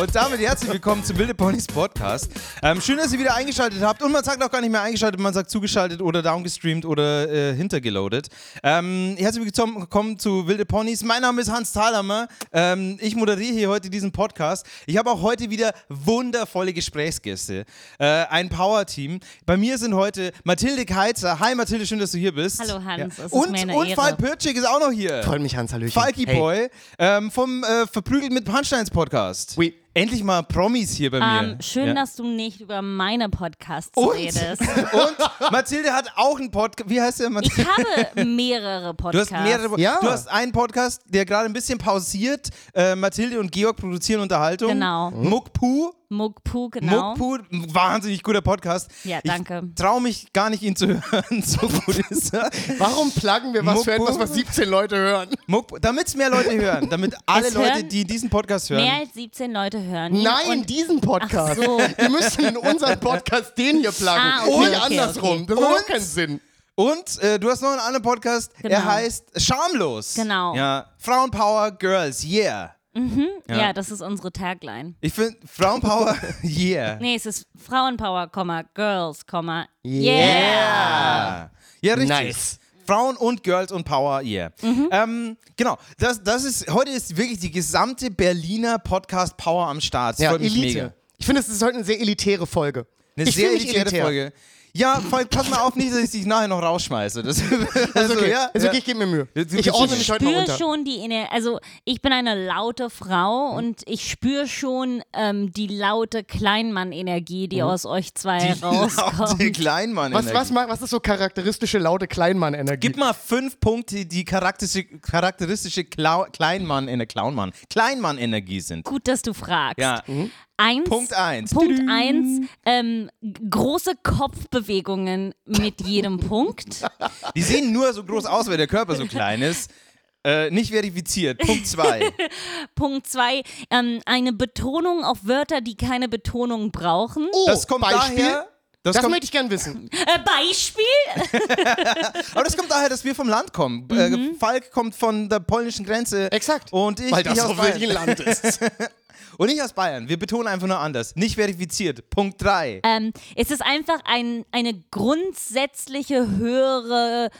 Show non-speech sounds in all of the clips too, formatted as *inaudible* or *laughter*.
Und damit herzlich willkommen zum Wilde Ponys Podcast. Ähm, schön, dass ihr wieder eingeschaltet habt. Und man sagt auch gar nicht mehr eingeschaltet, man sagt zugeschaltet oder downgestreamt oder äh, hintergeloadet. Ähm, herzlich willkommen zu Wilde Ponys. Mein Name ist Hans Thalhammer. Ähm, ich moderiere hier heute diesen Podcast. Ich habe auch heute wieder wundervolle Gesprächsgäste. Äh, ein Power-Team. Bei mir sind heute Mathilde Keizer. Hi Mathilde, schön, dass du hier bist. Hallo Hans, es ist Und, mir eine und Ehre. Falk Pirczyk ist auch noch hier. Freut mich, Hans, Hallöchen. Falky Boy ähm, vom äh, Verprügelt mit Punchsteins Podcast. Oui. Endlich mal Promis hier bei mir. Ähm, schön, Ja. dass du nicht über meine Podcasts Und? redest. Und Mathilde hat auch einen Podcast. Wie heißt der Ich Mathilde? habe mehrere Du Podcasts. hast, mehrere, Ja. du hast einen Podcast, der gerade ein bisschen pausiert. Äh, Mathilde und Georg produzieren Unterhaltung. Genau. Muckpu. Mugpu, genau. Muckpu, ein wahnsinnig guter Podcast. Ja, danke. Ich traue mich gar nicht, ihn zu *laughs* hören. So gut ist er. Warum pluggen wir was für Muckbu? etwas, was 17 Leute hören? Damit es mehr Leute hören. Damit alle Es Leute, hören die diesen Podcast hören. Mehr als 17 Leute hören. ihn Nein, und diesen Ach Podcast. so. Wir müssen in unseren Podcast den hier pluggen. Ah, okay, Und okay, nicht andersrum. okay. Das macht Und- auch keinen Sinn. Und äh, du hast noch einen anderen Podcast, Genau. er heißt Schamlos. Genau. Ja. Frauenpower Girls, yeah. ja. Ja. das ist unsere Tagline. Ich finde Frauenpower, *laughs* yeah. Nee, es ist Frauenpower, Komma, Girls, Komma, Yeah. yeah. Ah. Ja, richtig. Nice. Frauen und Girls und Power, yeah. Ähm, genau, das, das ist, heute ist wirklich die gesamte Berliner Podcast-Power am Start. Das Ja, freut mich Elite. mega. Ich finde, es ist heute eine sehr elitäre Folge. Eine ich sehr fühl mich elitäre elitär. Folge. Ja, voll, pass mal auf, nicht, dass ich dich nachher noch rausschmeiße. *laughs* Das, Ist also, okay, ja, ist okay ja. ich gebe mir Mühe. Ja, du- Ich ordne mich heute mal spüre runter. schon die Ener also ich bin eine laute Mhm. Frau und ich spüre schon ähm, die laute Kleinmann-Energie, die aus euch zwei Mhm. Die rauskommt. laute Kleinmann. Was, was, mag- was ist so charakteristische laute Kleinmann-Energie? Gib mal fünf Punkte, die charakteristische, charakteristische Klau Kleinmann in der Clownmann, Kleinmann-Energie sind. Gut, dass du fragst. Ja. Eins, Punkt eins. Punkt Tudum. eins ähm, g- große Kopfbewegungen *laughs* mit jedem Punkt. Die sehen nur so groß aus, weil der Körper so klein ist. Äh, nicht verifiziert. Punkt *laughs* zwei. Punkt zwei, ähm, eine Betonung auf Wörter, die keine Betonung brauchen. Oh, Das kommt Beispiel? daher. Das Das, kommt, möchte ich gern wissen. Äh, Beispiel? aber das kommt daher, dass wir vom Land kommen. Äh, Falk kommt von der polnischen Grenze. Mhm. Exakt. Und ich, Weil ich das aus auf welchem Bayern. *laughs* Land ist. Und ich aus Bayern. Wir betonen einfach nur anders. Nicht verifiziert. Punkt drei. Ähm, es ist einfach ein, eine grundsätzliche höhere,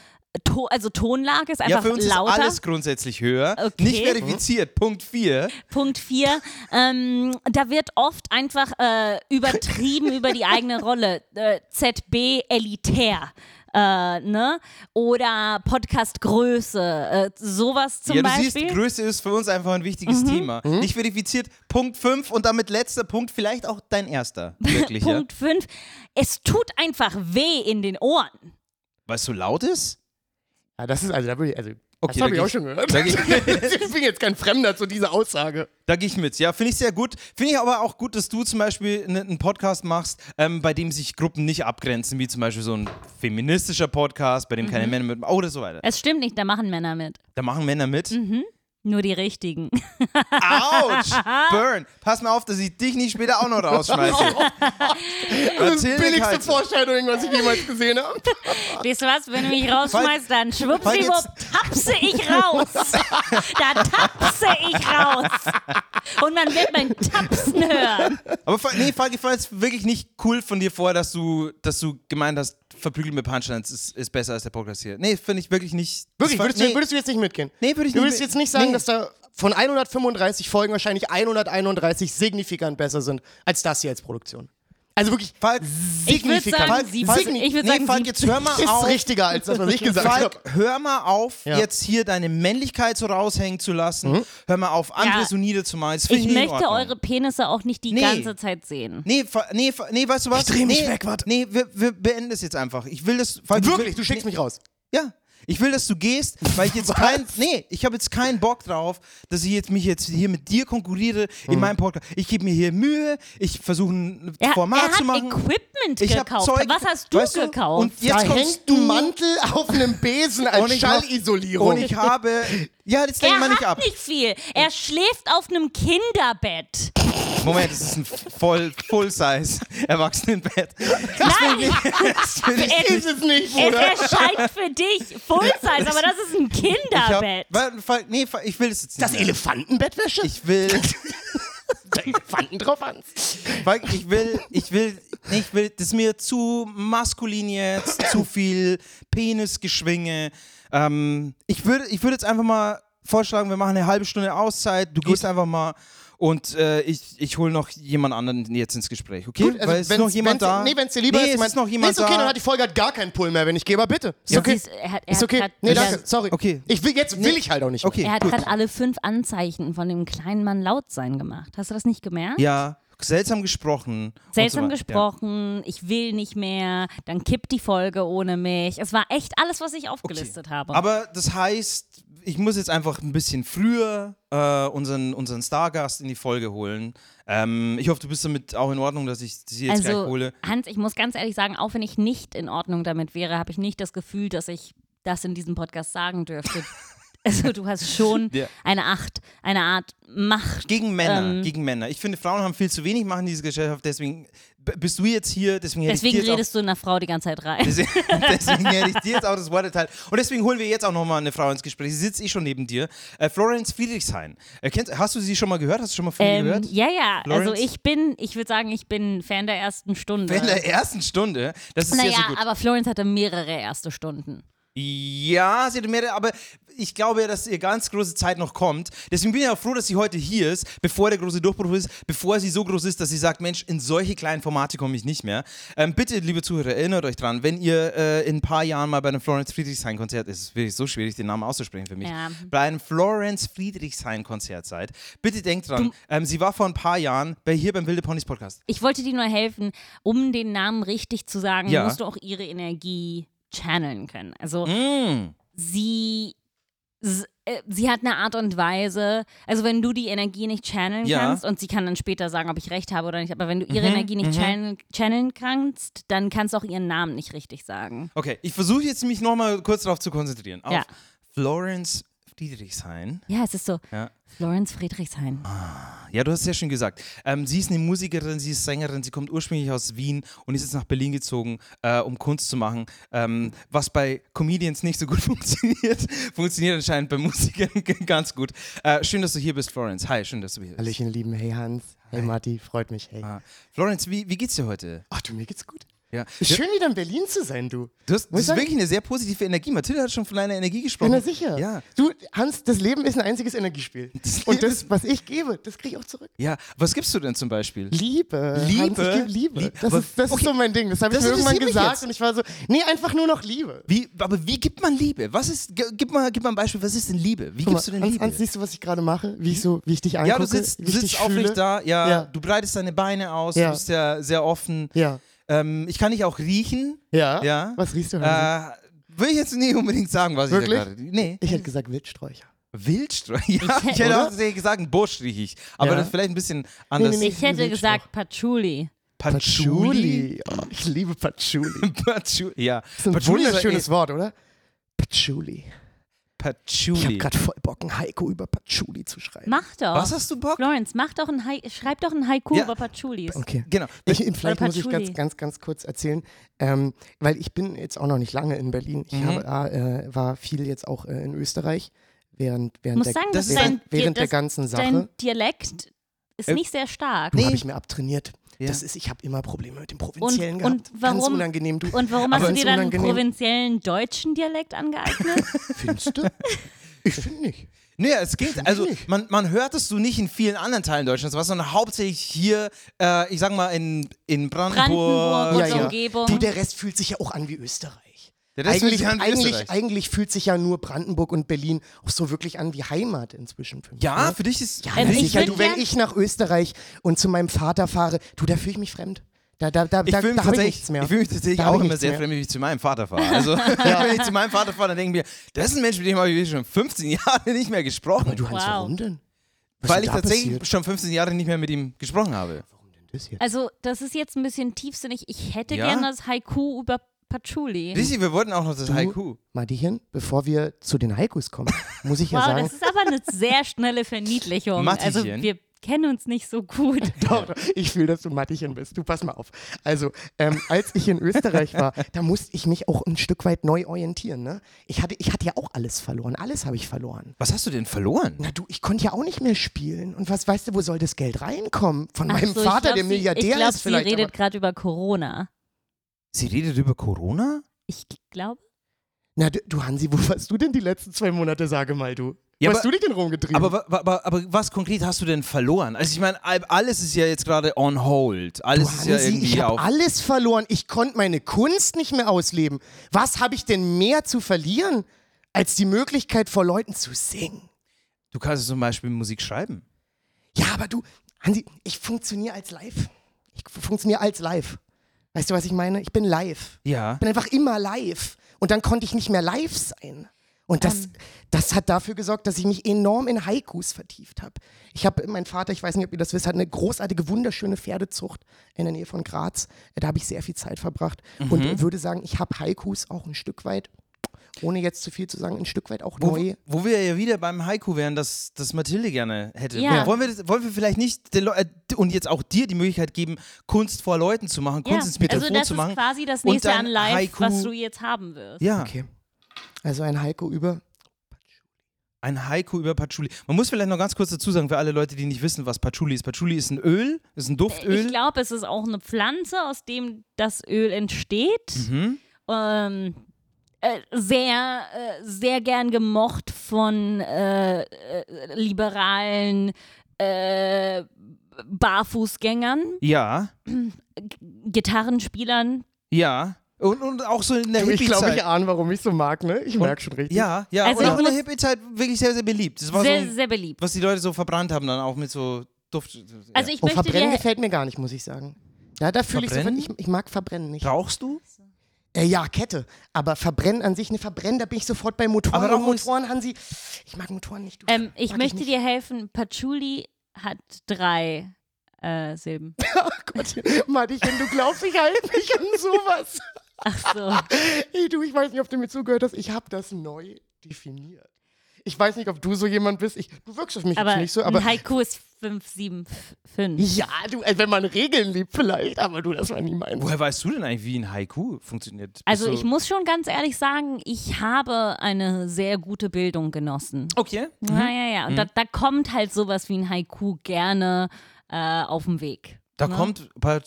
to also Tonlage ist einfach ja, für uns lauter. ist alles grundsätzlich höher. Okay. Mhm. Nicht verifiziert. Punkt vier. Punkt 4. Ähm, da wird oft einfach äh, übertrieben über die eigene Rolle. Äh, ZB elitär. Äh, ne? Oder Podcast-Größe. Äh, sowas zum ja, du siehst, Beispiel. Größe ist für uns einfach ein wichtiges Mhm. Thema. Nicht verifiziert, Punkt 5 und damit letzter Punkt, vielleicht auch dein *laughs* erster. Wirklich, ja. Punkt 5. Es tut einfach weh in den Ohren. Weil es so laut ist? Ja, das ist, also, da würde ich, also, Okay, das habe da ich auch gehe schon gehört. *laughs* da gehe ich bin jetzt kein Fremder zu dieser Aussage. Da gehe ich mit. Ja, finde ich sehr gut. Finde ich aber auch gut, dass du zum Beispiel ne- einen Podcast machst, ähm, bei dem sich Gruppen nicht abgrenzen, wie zum Beispiel so ein feministischer Podcast, bei dem keine Mhm. Männer mit. Oh, oder so weiter. Es stimmt nicht, da machen Männer mit. Da machen Männer mit. Mhm. Nur die richtigen. Ah. *laughs* Autsch! Burn! Pass mal auf, dass ich dich nicht später auch noch *laughs* rausschmeiße. *laughs* Das ist die Erzähl halt. billigste Kaiser. Vorstellung, was ich jemals gesehen habe. Weißt du was, wenn du mich rausschmeißt, dann schwuppsiwupp tapse *laughs* ich raus. Da tapse ich raus. Und man wird mein Tapsen hören. Aber fa- nee, Falk, ich fand es wirklich nicht cool von dir vorher, dass du, dass du gemeint hast, verprügeln mit Punchlines ist, ist besser als der Podcast hier. Nee, finde ich wirklich nicht. das *laughs* Wirklich, war- würdest, nee, du, würdest du jetzt nicht mitgehen? Nee, würde ich Du nicht würdest mit- jetzt nicht sagen, nee. dass da von 135 Folgen wahrscheinlich 131 signifikant besser sind als das hier als Produktion. Also wirklich Falk, Ich würde signifikant. sagen, Falk, sie signi- ich würd nee, sagen, Falk, jetzt hör mal ist auf. richtiger als das, was ich gesagt habe. Falk, hör mal auf, Ja. Mhm. jetzt hier deine Männlichkeit so raushängen zu lassen. Hör mal auf, andere Ja. so niederzumalen. Das find Ich nicht in möchte Ordnung. eure Penisse auch nicht die Nee. ganze Zeit sehen. Nee, Fa- nee, Fa- nee, weißt du was? Ich dreh mich nee, weg, warte. Nee, wir, wir beenden das jetzt einfach. Ich will das. Falk, ich will, Wirklich, du schickst mich raus. Ja. Ich will, dass du gehst, weil ich jetzt kein. Nee, ich habe jetzt keinen Bock drauf, dass ich jetzt mich jetzt hier mit dir konkurriere Mhm. in meinem Podcast. Ich gebe mir hier Mühe, ich versuche ein Er, Format er hat zu machen. Equipment ich habe gekauft. Zeug. Was hast du weißt gekauft? Und jetzt da kommst hängt du ein Mantel auf einem Besen Und als ich hab- Schallisolierung. und ich habe. Ja, jetzt lenk er mal hat nicht ab. nicht viel. Er schläft auf einem Kinderbett. Moment, das ist ein voll Full-Size *laughs* Erwachsenenbett. Nein, das ist es nicht, es Bruder. erscheint für dich Fullsize, aber das ist ein Ich hab, Kinderbett. Warte, Falk, nee, Falk, ich will das jetzt nicht. Das mehr. *laughs* Elefantenbettwäsche? Ich will. *laughs* Fanden drauf an. Weil ich will, ich will, ich will, das ist mir zu maskulin jetzt, zu viel Penisgeschwinge. Ähm, ich würde ich würde jetzt einfach mal vorschlagen, wir machen eine halbe Stunde Auszeit, du gehst einfach mal und äh, ich, ich hole noch jemand anderen jetzt ins Gespräch, okay? Gut, also Weil es ist wenn's- noch jemand wenn's- da. Nee, wenn es dir lieber Nee, ist, es mein- ist noch nee, jemand ist okay, da. dann hat die Folge halt gar keinen Pull mehr, wenn ich Geber bitte. Ist Ja. okay. Siehst, er hat- er ist hat okay. grad- Nee, er danke. hat- Sorry. Okay. Ich will, jetzt will ich halt auch nicht. mehr. Okay. Er hat gerade alle fünf Anzeichen von dem kleinen Mann laut sein gemacht. Hast du das nicht gemerkt? Ja, seltsam gesprochen. und Seltsam so weiter. gesprochen, ich will nicht mehr, dann kippt die Folge ohne mich. Es war echt alles, was ich aufgelistet habe. Aber das heißt, ich muss jetzt einfach ein bisschen früher äh, unseren, unseren Stargast in die Folge holen. Ähm, ich hoffe, du bist damit auch in Ordnung, dass ich sie jetzt gleich also, hole. Hans, ich muss ganz ehrlich sagen, auch wenn ich nicht in Ordnung damit wäre, habe ich nicht das Gefühl, dass ich das in diesem Podcast *laughs* sagen dürfte. also, du hast schon Ja. eine Acht, eine Art Macht. Gegen Männer, ähm, gegen Männer. Ich finde, Frauen haben viel zu wenig machen in dieser Gesellschaft, deswegen b- bist du jetzt hier, deswegen hätte Deswegen ich dir jetzt redest du einer Frau die ganze Zeit rein. auch, deswegen *laughs* hätte ich dir jetzt auch das Wort erteilt. Und deswegen holen wir jetzt auch nochmal eine Frau ins Gespräch. Sie sitzt eh schon neben dir. Äh, Florence Friedrichshain. Äh, kennst, hast du sie schon mal gehört? Hast du schon mal von ihr Ähm, gehört? ja, ja. Lawrence? Also ich bin, ich würde sagen, ich bin Fan der ersten Stunde. In der ersten Stunde. Das ist ja naja, so gut. aber Florence hatte mehrere erste Stunden. Ja, sie hatte mehrere, aber ich glaube ja, dass ihr ganz große Zeit noch kommt. Deswegen bin ich auch froh, dass sie heute hier ist, bevor der große Durchbruch ist, bevor sie so groß ist, dass sie sagt, Mensch, in solche kleinen Formate komme ich nicht mehr. Ähm, bitte, liebe Zuhörer, erinnert euch dran, wenn ihr äh, in ein paar Jahren mal bei einem Florence Friedrichshain-Konzert, es ist wirklich so schwierig, den Namen auszusprechen für mich, Ja. bei einem Florence Friedrichshain-Konzert seid, bitte denkt dran, ähm, sie war vor ein paar Jahren bei, hier beim Wilde Ponys Podcast. Ich wollte dir nur helfen, um den Namen richtig zu sagen, Ja. musst du auch ihre Energie channeln können. Also Mm. sie, s- äh, sie hat eine Art und Weise, also wenn du die Energie nicht channeln Ja. Mhm, kannst und sie kann dann später sagen, ob ich recht habe oder nicht, aber wenn du ihre Energie nicht channeln, channeln kannst, dann kannst du auch ihren Namen nicht richtig sagen. Okay, ich versuche jetzt mich nochmal kurz darauf zu konzentrieren. Auf Ja. Florence Friedrichshain. Ja, es ist so. Ja. Ah, Florence Friedrichshain. Ja, du hast es ja schon gesagt. Ähm, sie ist eine Musikerin, sie ist Sängerin, sie kommt ursprünglich aus Wien und ist jetzt nach Berlin gezogen, äh, um Kunst zu machen. Ähm, was bei Comedians nicht so gut *laughs* funktioniert, funktioniert anscheinend bei Musikern *laughs* g- ganz gut. Äh, schön, dass du hier bist, Florence. Hi, schön, dass du hier bist. Hallöchen, ihr Lieben. Hey, Hans. Hey, Marti. Freut mich. Hey. Ah. Florence, wie, wie geht's dir heute? Ach, du, mir geht's gut. Ja. Ist schön, wieder in Berlin zu sein, du. Du hast, das Muss ich ist sagen- wirklich eine sehr positive Energie. Mathilde hat schon von deiner Energie gesprochen. Bin mir sicher. Ja. Du, Hans, das Leben ist ein einziges Energiespiel. *laughs* Das Und Leben das, was ich gebe, das kriege ich auch zurück. ja. Was gibst du denn zum Beispiel? Liebe. Hans, Liebe? ich gebe Liebe. Lie- Das, Aber- ist, das okay. ist so mein Ding. Das habe ich Das mir irgendwann interessiert mich gesagt jetzt. und ich war so, nee, einfach nur noch Liebe. Wie, aber wie gibt man Liebe? Was ist, g- gib mal, gib mal ein Beispiel, was ist denn Liebe? Wie Guck gibst du mal, denn Hans, Liebe? Hans, siehst du, was ich gerade mache? Wie ich so, wie ich dich angucke? Ja, du sitzt, wie du ich dich sitzt fühle? aufrecht da, ja, Ja. Du breitest deine Beine aus, Ja. du bist ja sehr offen. Ja. Ähm, ich kann dich auch riechen. Ja. Ja. Was riechst du, Hans? Äh, will ich jetzt nicht unbedingt sagen, was Mhm. Wirklich? ich da gerade. Nee. Ich hätte gesagt Wildsträucher. Wildstreu. *laughs* Ja, ich hätte Oder? auch sehr gesagt, einen Busch riech ich. Aber Ja. das ist vielleicht ein bisschen anders. nee, nee. Ich hätte gesagt Patchouli. Patchouli. Oh, ich *laughs* liebe Patchouli. Patchouli. Ja. eh Das ist ein Patchouli ist- wunderschönes Wort, oder? Patchouli. Ich habe Patchouli. gerade voll Bocken, Heiko über Patchouli zu schreiben. Mach doch. Was hast du Bock? Florence, mach doch ein Hai schreib doch ein Haiku Ja. über Pachulis. Okay. Genau. Ich, vielleicht Oder muss ich ganz, Patchouli. ganz, ganz kurz erzählen, ähm, weil ich bin jetzt auch noch nicht lange in Berlin. Mhm. Ich habe, ah, äh, war viel jetzt auch äh, in Österreich während, Ich während, muss der, sagen, das dass ist dein, ein- dir- während der das- ganzen Sache. dein Dialekt ist Äh, nicht sehr stark. Nee. habe Hm, ich mir abtrainiert. Ja. Das ist, ich habe immer Probleme mit dem Provinziellen Und- gehabt. und Ganz warum- unangenehm, du. Und warum Aber hast du ganz dir dann einen unangenehm. provinziellen deutschen Dialekt angeeignet? *laughs* Findest du? ich finde nicht. Nee, es geht. Also, nicht. man, man hört es so nicht in vielen anderen Teilen Deutschlands, was, sondern hauptsächlich hier, äh, ich sag mal, in, in Brandenburg und Brandenburg. so. Umgebung. Du, der Rest fühlt sich ja auch an wie Österreich. Der Rest fühlt eigentlich, sich an wie Österreich. eigentlich, eigentlich fühlt sich ja nur Brandenburg und Berlin auch so wirklich an wie Heimat inzwischen für mich. Ja, ne? für dich ist. Also Ja, ich sicher, würd du, wenn gern- ich nach Österreich und zu meinem Vater fahre, du, da fühle ich mich fremd. Da, da, da, Ich da, fühle mich da hab ich tatsächlich, nichts mehr. ich fühle mich tatsächlich Da hab auch ich immer nichts sehr mehr. fremd, wenn ich zu meinem Vater *laughs* fahre. Also, *laughs* wenn ich zu meinem Vater fahre, dann denken wir, das ist ein Mensch, mit dem habe ich schon 15 Jahre nicht mehr gesprochen. Aber du, Hans, Wow. warum denn? Was weil ist ich da tatsächlich passiert? schon 15 Jahre nicht mehr mit ihm gesprochen habe. Warum denn das hier? also, das ist jetzt ein bisschen tiefsinnig. Ich hätte Ja? gerne das Haiku über Patchouli. Richtig, wir wollten auch noch das Haiku. Madiechen, bevor wir zu den Haikus kommen, muss ich ja wow, sagen, das ist aber eine sehr schnelle Verniedlichung. Also, Mattichen. wir kenne uns nicht so gut. Doch, doch, ich fühle, dass du Mattichen bist. Du pass mal auf. Also, ähm, als ich in Österreich war, da musste ich mich auch ein Stück weit neu orientieren. Ne? Ich, hatte, ich hatte ja auch alles verloren. Alles habe ich verloren. Was hast du denn verloren? Na du, ich konnte ja auch nicht mehr spielen. Und was weißt du, wo soll das Geld reinkommen? Von meinem so, ich Vater, glaub, der sie- Milliardär Ich glaube, ist sie vielleicht. redet aber- gerade über Corona. Sie redet über Corona? Ich glaube. Na du, du Hansi, wo warst du denn die letzten zwei Monate, sage mal du? Ja, wo hast aber- du dich denn rumgetrieben? Aber, wa- wa- aber, aber was konkret hast du denn verloren? Also ich meine, all- alles ist ja jetzt gerade on hold. Du, Alles ist Hansi, ja irgendwie ich habe auf. alles verloren. Ich konnte meine Kunst nicht mehr ausleben. Was habe ich denn mehr zu verlieren, als die Möglichkeit vor Leuten zu singen? Du kannst zum Beispiel Musik schreiben. Ja, aber du, Hansi, ich funktioniere als live. Ich funktioniere als live. Weißt du, was ich meine? Ich bin live. Ja. Ich bin einfach immer live. Und dann konnte ich nicht mehr live sein. Und das, Ähm. das hat dafür gesorgt, dass ich mich enorm in Haikus vertieft habe. Ich habe, mein Vater, ich weiß nicht, ob ihr das wisst, hat eine großartige, wunderschöne Pferdezucht in der Nähe von Graz. Äh, Da habe ich sehr viel Zeit verbracht Mhm. und würde sagen, ich habe Haikus auch ein Stück weit, ohne jetzt zu viel zu sagen, ein Stück weit auch Wo, neu. wo wir ja wieder beim Haiku wären, das, das Mathilde gerne hätte. Ja. Wollen, wir, das- wollen wir vielleicht nicht den Leu- äh, und jetzt auch dir die Möglichkeit geben, Kunst vor Leuten zu machen, Kunst ins Mikrofon also das zu ist machen? quasi das und nächste dann an Live, Haiku- was du jetzt haben wirst. ja, Okay. Also ein Haiku über. ein Haiku über Patchouli. Man muss vielleicht noch ganz kurz dazu sagen, für alle Leute, die nicht wissen, was Patchouli ist. Patchouli ist ein Öl, ist ein Äh, Ich Duftöl. glaube, es ist auch eine Pflanze, aus dem das Öl entsteht. Mhm. ähm, äh, sehr, äh, sehr gern gemocht von äh, äh, liberalen äh, Barfußgängern, Ja, Gitarrenspielern. ja. Und, und auch so in der Ich glaube, Hippie-Zeit. ich ahne, warum ich so mag, ne? Ich merke schon richtig. Ja, ja. Also und ich auch in der muss- Hippie-Zeit wirklich sehr, sehr beliebt. Das war Sehr, so, ein- sehr beliebt. was die Leute so verbrannt haben, dann auch mit so Duft. Also ja. ich Oh, möchte verbrennen dir... gefällt mir gar nicht, muss ich sagen. Ja, da fühle ich, so, Verbrennen? ich, ich mag verbrennen nicht. Rauchst du? Äh, ja, Kette. Aber verbrennen an sich, ne, verbrennen, da bin ich sofort bei Motoren. Aber und Rauchen ist- Motoren, Hansi, ich mag Motoren nicht. Du. Ähm, ich Mag möchte ich dir helfen. Patchouli hat drei äh, Silben. Oh Gott, *laughs* Martin, du glaubst, ich halte mich an sowas. Ach so. Ey, du, ich weiß nicht, ob du mir zugehört hast. Ich habe das neu definiert. Ich weiß nicht, ob du so jemand bist. Ich, du wirkst auf mich aber jetzt nicht so, aber... ein Haiku ist 5, 7, 5. Ja, du, also wenn man Regeln liebt vielleicht, aber du, das war nie mein... Woher weißt du denn eigentlich, wie ein Haiku funktioniert? Bist Also du- ich muss schon ganz ehrlich sagen, ich habe eine sehr gute Bildung genossen. Okay. Ja, ja, ja. Und da, da kommt halt sowas wie ein Haiku gerne äh, auf den Weg. Da ne? kommt pa-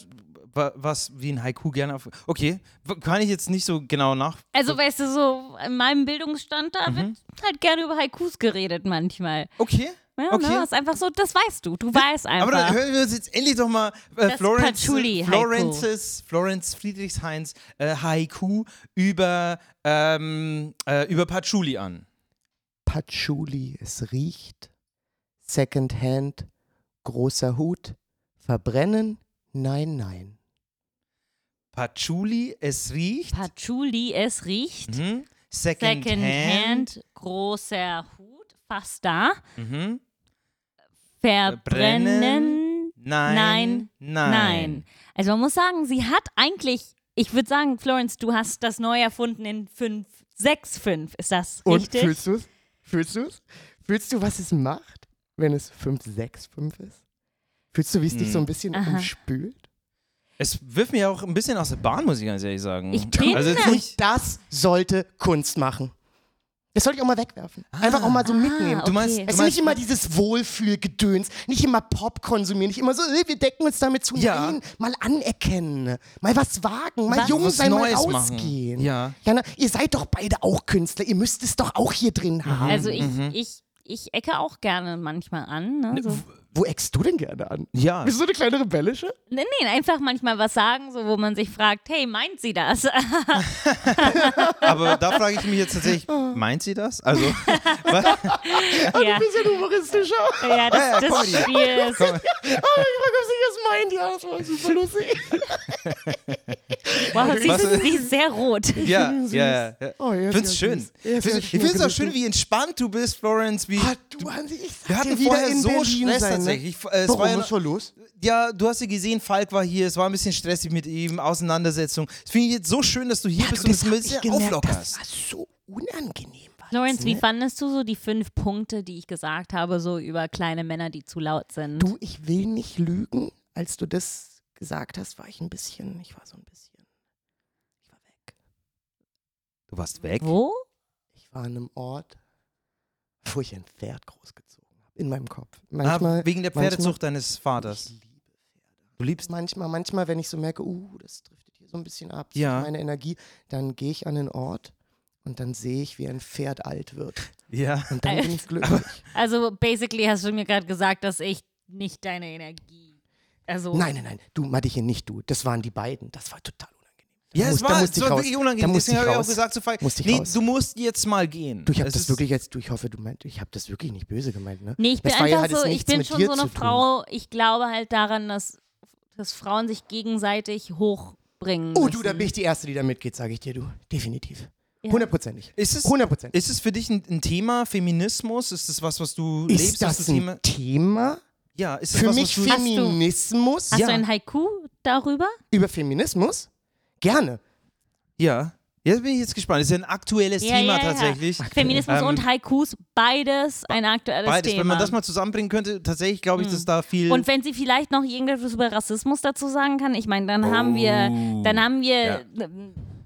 wa- was wie ein Haiku gerne auf. Okay, w- kann ich jetzt nicht so genau nach. Also weißt du, so in meinem Bildungsstand, da wird halt gerne über Haikus geredet manchmal. Okay. Ja, okay. ne? Das ist einfach so, das weißt du. Du weißt einfach. Aber dann hören wir uns jetzt endlich doch mal äh, Das Florence, Patchouli-Haiku. Florences, Florence Friedrichshains äh, Haiku über, ähm, äh, über Patchouli an. Patchouli, es riecht. Secondhand, großer Hut. Verbrennen, nein, nein. Patchouli, es riecht. Patchouli, es riecht. mhm. Second, hand. Secondhand, großer Hut, fast da. Mhm. Verbrennen. Nein, Nein, nein. Nein. Also man muss sagen, sie hat eigentlich, ich würde sagen, Florence, du hast das neu erfunden in 5, 6, 5. Ist das Und richtig? fühlst du es? Fühlst du es? Fühlst du, was es macht, wenn es 5, 6, 5 ist? Fühlst du, wie es dich so ein bisschen Hm. Aha. umspült? Es wirft mich auch ein bisschen aus der Bahn, muss ich ganz ehrlich sagen. Ich bin also jetzt da- nicht, Das sollte Kunst machen. Das sollte ich auch mal wegwerfen. Einfach auch mal so mitnehmen. Ah, Du meinst- okay. Es ist meinst- nicht immer dieses Wohlfühlgedöns, nicht immer Pop konsumieren, nicht immer so, äh, wir decken uns damit zu. Ja. Nein, mal anerkennen, mal was wagen, mal Was- jung was sein, mal Neues machen. rausgehen. Ja. Jana, ihr seid doch beide auch Künstler, ihr müsst es doch auch hier drin haben. Also ich, Mhm. ich, ich ecke auch gerne manchmal an. Ne? So. Wo eckst du denn gerne an? *laughs* Ja. Bist du eine kleine Rebellische? Nee, Ne, nee, einfach manchmal was sagen, so wo man sich fragt, hey, meint sie das? *laughs* Aber da frage ich mich jetzt tatsächlich, Oh. meint sie das? *laughs* Also, wa- ja, Bisschen *laughs* humoristischer. ja, Ja, ja, das, das Comedy. Spiel ist. Oh, ich frage, ob sie das meint. Ja, das war super lustig. Wow, sie, Was- ist, sie ist sehr rot. ja, find ihn süß. ja, ja. Oh, ja, ich finde es ja, schön. süß. Ja, ich sehr schön finde es auch gewesen. schön, wie entspannt du bist, Florence. Wie, Ah, du, Hansi, ich sag wir dir hatten wieder vorher in so Berlin Stress sein, ne? tatsächlich. Ich- äh, es war ja Warum, noch- was war los? ja, du hast ja gesehen, Falk war hier, es war ein bisschen stressig mit ihm, Auseinandersetzung. Das finde ich jetzt so schön, dass du hier bist und es ein bisschen gemerkt, auflockerst. Das war so unangenehm. War Lawrence, wie ne? fandest du so die fünf Punkte, die ich gesagt habe, so über kleine Männer, die zu laut sind? Du, ich will nicht lügen. Als du das gesagt hast, war ich ein bisschen, ich war so ein bisschen, ich war weg. Du warst weg? Wo? Ich war an einem Ort, wo ich ein Pferd großgezogen habe, in meinem Kopf. ah, wegen der Pferdezucht deines Vaters. Manchmal, ich liebe Du liebst. manchmal, manchmal, wenn ich so merke, uh, das driftet hier so ein bisschen ab, das Ja. ist meine Energie, dann gehe ich an den Ort und dann sehe ich, wie ein Pferd alt *laughs* wird. Ja. Und dann bin ich *laughs* glücklich. Also, basically hast du mir gerade gesagt, dass ich nicht deine Energie. Also, Nein, nein, nein, du, Madichen, nicht du. Das waren die beiden. Das war total unangenehm. Ja, muss- es da war, musste es ich war raus. wirklich Da unangenehm. musste Deswegen ich habe ich auch raus. gesagt zu Falk, Musste ich nee, raus. du musst jetzt mal gehen. Du, ich habe Es das ist- wirklich jetzt, du, ich hoffe, du meinst, ich habe das wirklich nicht böse gemeint, ne? Nee, ich bin das war ja- einfach hat jetzt so, ich nichts bin mit schon dir so eine zu tun. Frau, ich glaube halt daran, dass, dass Frauen sich gegenseitig hochbringen. Oh, müssen. du, da bin ich die Erste, die da mitgeht, sage ich dir, du. Definitiv. Ja. Hundertprozentig. Ist es, Hundertprozentig. ist es für dich ein, ein Thema, Feminismus? Ist es was, was du Ist lebst? das ein ein Thema? Ja, ist es Für was, mich was du Hast du- Feminismus? Hast Ja. du ein Haiku darüber? Über Feminismus? Gerne. Ja. Jetzt bin ich jetzt gespannt. Das ist ja ein aktuelles Thema tatsächlich. Feminismus Ähm, und Haikus, beides ein aktuelles Beides. Thema. Hm. Wenn man das mal zusammenbringen könnte, tatsächlich glaube ich, dass da viel. und wenn sie vielleicht noch irgendetwas über Rassismus dazu sagen kann, ich meine, dann haben wir, dann haben wir, Oh, Ja.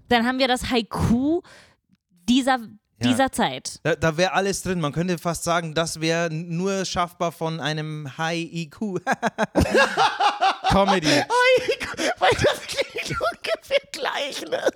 dann haben wir das Haiku dieser, dieser Zeit. da da wäre alles drin. Man könnte fast sagen, das wäre nur schaffbar von einem High IQ. *laughs* Comedy. Weil das klingt ungefähr gleich, ne?